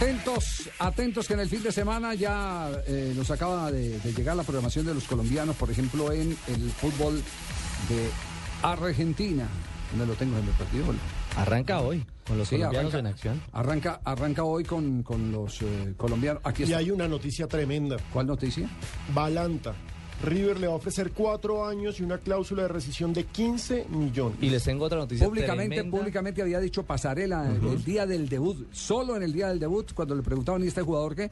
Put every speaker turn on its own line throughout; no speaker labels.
Atentos, atentos que en el fin de semana ya eh, nos acaba de, de llegar la programación de los colombianos, por ejemplo, en el fútbol de Argentina. ¿Dónde lo tengo? Se me perdió.
Arranca hoy con los
Sí,
colombianos
arranca.
en acción.
Arranca, arranca hoy con, con los eh, colombianos. Aquí
Y
está.
hay una noticia tremenda.
¿Cuál noticia?
Balanta. River le va a ofrecer cuatro años y una cláusula de rescisión de 15 millones.
Y les tengo otra noticia.
Públicamente,
tremenda.
públicamente había dicho Pasarela el día del debut, solo en el día del debut, cuando le preguntaban a este jugador que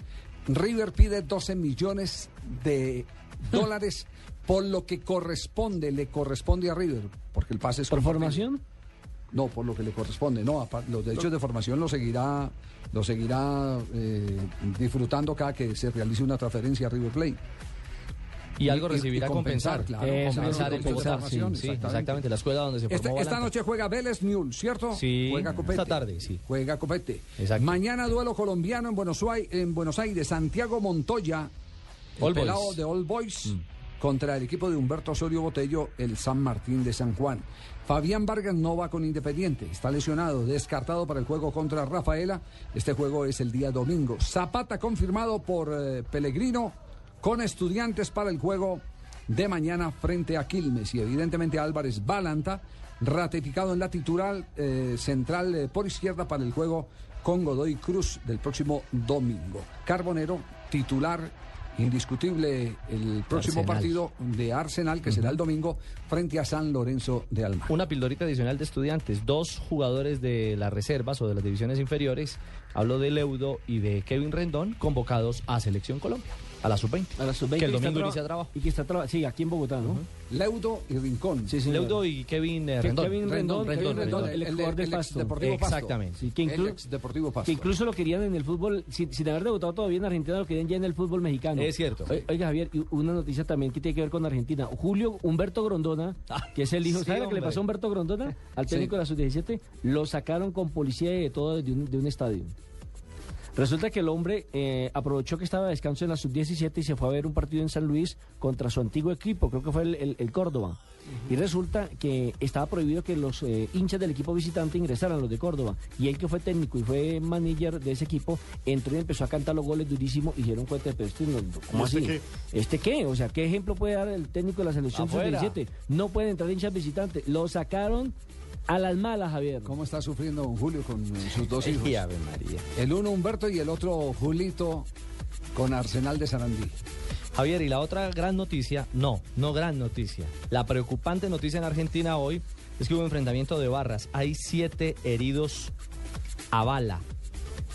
River pide 12 millones de dólares por lo que corresponde, le corresponde a River, porque el pase es...
¿Por
compartido.
formación?
No, por lo que le corresponde. No, apar- los derechos de formación los seguirá, los seguirá eh, disfrutando cada que se realice una transferencia a River Plate.
Y algo
y- y
recibirá
compensar,
compensar.
claro,
Eh,
compensar,
compensar el
compensar,
sí,
Bogotá, sí, sí,
exactamente.
exactamente. La escuela donde se
Este-
formó
esta
Balanta.
noche juega Vélez Newell, ¿cierto?
Sí,
juega Copete.
esta tarde, sí.
Juega Copete.
Exacto.
Mañana duelo colombiano en Buenos, Ai- en Buenos Aires. Santiago Montoya, el
All Boys. Mm.
pelado de All Boys, contra el equipo de Humberto Osorio Botello, el San Martín de San Juan. Fabián Vargas no va con Independiente, está lesionado, descartado para el juego contra Rafaela. Este juego es el día domingo. Zapata confirmado por eh, Pellegrino con estudiantes para el juego de mañana frente a Quilmes y evidentemente Álvarez Balanta ratificado en la titular eh, central eh, por izquierda para el juego con Godoy Cruz del próximo domingo. Carbonero titular indiscutible el próximo
Arsenal.
partido de Arsenal que será el domingo frente a San Lorenzo de Almagro.
Una pildorita adicional de estudiantes, dos jugadores de las reservas o de las divisiones inferiores, hablo de Leudo y de Kevin Rendón, convocados a Selección Colombia, a la sub-20.
A las sub-20
Que el
está
domingo
traba-
inicia trabajo.
Y que está traba- sí, aquí en Bogotá, ¿no?
Leudo y Rincón.
Sí, señor.
Leudo y Kevin eh,
Que
Rendón.
Kevin Rendón, Kevin Rendón, el
de-
jugador de
ex
Pasto.
Deportivo Pasto.
Exactamente.
Sí, que,
El
inclu-
ex Deportivo
que
Pasto.
incluso lo querían en el fútbol, sin, sin haber debutado todavía en Argentina, lo querían ya en el fútbol mexicano.
Es cierto.
O- Oiga, Javier, y una noticia también que tiene que ver con Argentina. Julio Humberto Grondona,
Ah,
que es el hijo,
sí,
¿sabe lo que le
hombre.
pasó a Humberto Grondona? Al técnico de la sub-17, lo sacaron con policía y de todo de un, de un estadio. Resulta que el hombre eh, aprovechó que estaba de descanso en la sub-17 y se fue a ver un partido en San Luis contra su antiguo equipo, creo que fue el, el- el Córdoba. Y resulta que estaba prohibido que los eh, hinchas del equipo visitante ingresaran, los de Córdoba. Y él que fue técnico y fue manager de ese equipo, entró y empezó a cantar los goles durísimo y dieron cuenta de, pero este no- ¿cómo
¿Este
así?
qué?
¿Este qué? O sea, ¿qué ejemplo puede dar el técnico de la selección
Afuera.
sub-17? No pueden entrar hinchas visitantes. Lo sacaron a las malas, Javier.
¿Cómo está sufriendo don Julio con eh, sus dos hijos?
Y Ave María.
El uno Humberto y el otro Julito con Arsenal de Sarandí.
Javier, y la otra gran noticia, no, no gran noticia. La preocupante noticia en Argentina hoy es que hubo enfrentamiento de barras. Hay siete heridos a bala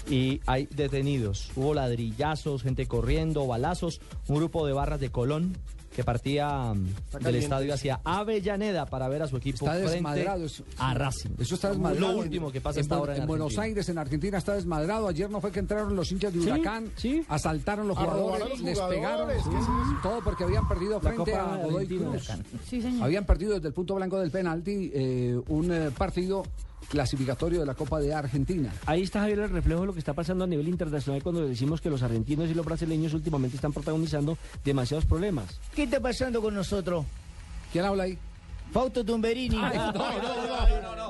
y hay detenidos. Hubo ladrillazos, gente corriendo, balazos. Un grupo de barras de Colón que partía mm, del
caliente.
estadio hacia Avellaneda para ver a su equipo
Está
frente
desmadrado. eso.
a Racing.
Eso está desmadrado.
Lo último que pasa
en,
hasta
Bu-
ahora en
en Buenos
Argentina.
Aires, en Argentina, está desmadrado. Ayer no fue que entraron los hinchas de
Sí,
Huracán,
sí.
asaltaron los
A robar
jugadores,
a los
les
jugadores,
pegaron.
¿qué es eso?
Todo porque habían perdido frente
Copa
a Godoy
Argentina.
Cruz.
Sí, señor.
Habían perdido desde el punto blanco del penalti eh, un eh, partido clasificatorio de la Copa de Argentina.
Ahí está Javier el reflejo de lo que está pasando a nivel internacional cuando decimos que los argentinos y los brasileños últimamente están protagonizando demasiados problemas.
¿Qué está pasando con nosotros?
¿Quién habla ahí?
Fausto Tumberini.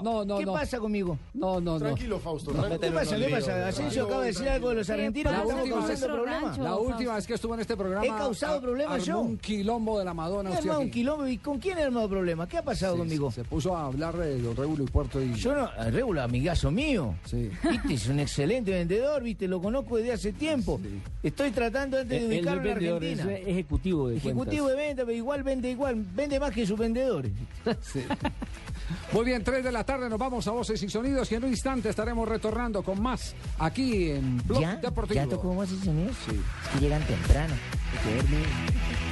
No, no,
¿Qué
no.
pasa conmigo?
No, no, no.
Tranquilo, Fausto. tranquilo.
¿Qué pasa? ¿Qué pasa? Asensio acaba de decir algo de los argentinos.
La
que estamos
última vez-
causando problemas.
Nacho.
La
Fausto.
última vez que estuvo en este programa.
He causado
a-
problemas
armó
yo.
un quilombo de la Madonna.
He
usted
armado un
aquí.
quilombo. ¿Y con quién he armado problemas? ¿Qué ha pasado
Sí,
conmigo?
Se, se puso a hablar de Don Regulo y Puerto y.
Yo no, Réula, amigazo mío.
Sí.
Viste, es un excelente vendedor, viste, lo conozco desde hace tiempo. Estoy tratando antes de
Eh, Él no es
ubicarlo en
vendedor, es
Argentina.
eh, ejecutivo de
Ejecutivo de
cuentas.
venta, pero igual vende igual, vende más que sus vendedores.
Muy bien, 3 de la tarde, nos vamos a Voces y Sonidos y en un instante estaremos retornando con más aquí en Blog
¿Ya?
Deportivo.
¿Ya tocó voces y sonidos?
Sí.
Es que llegan temprano. Hay que verme.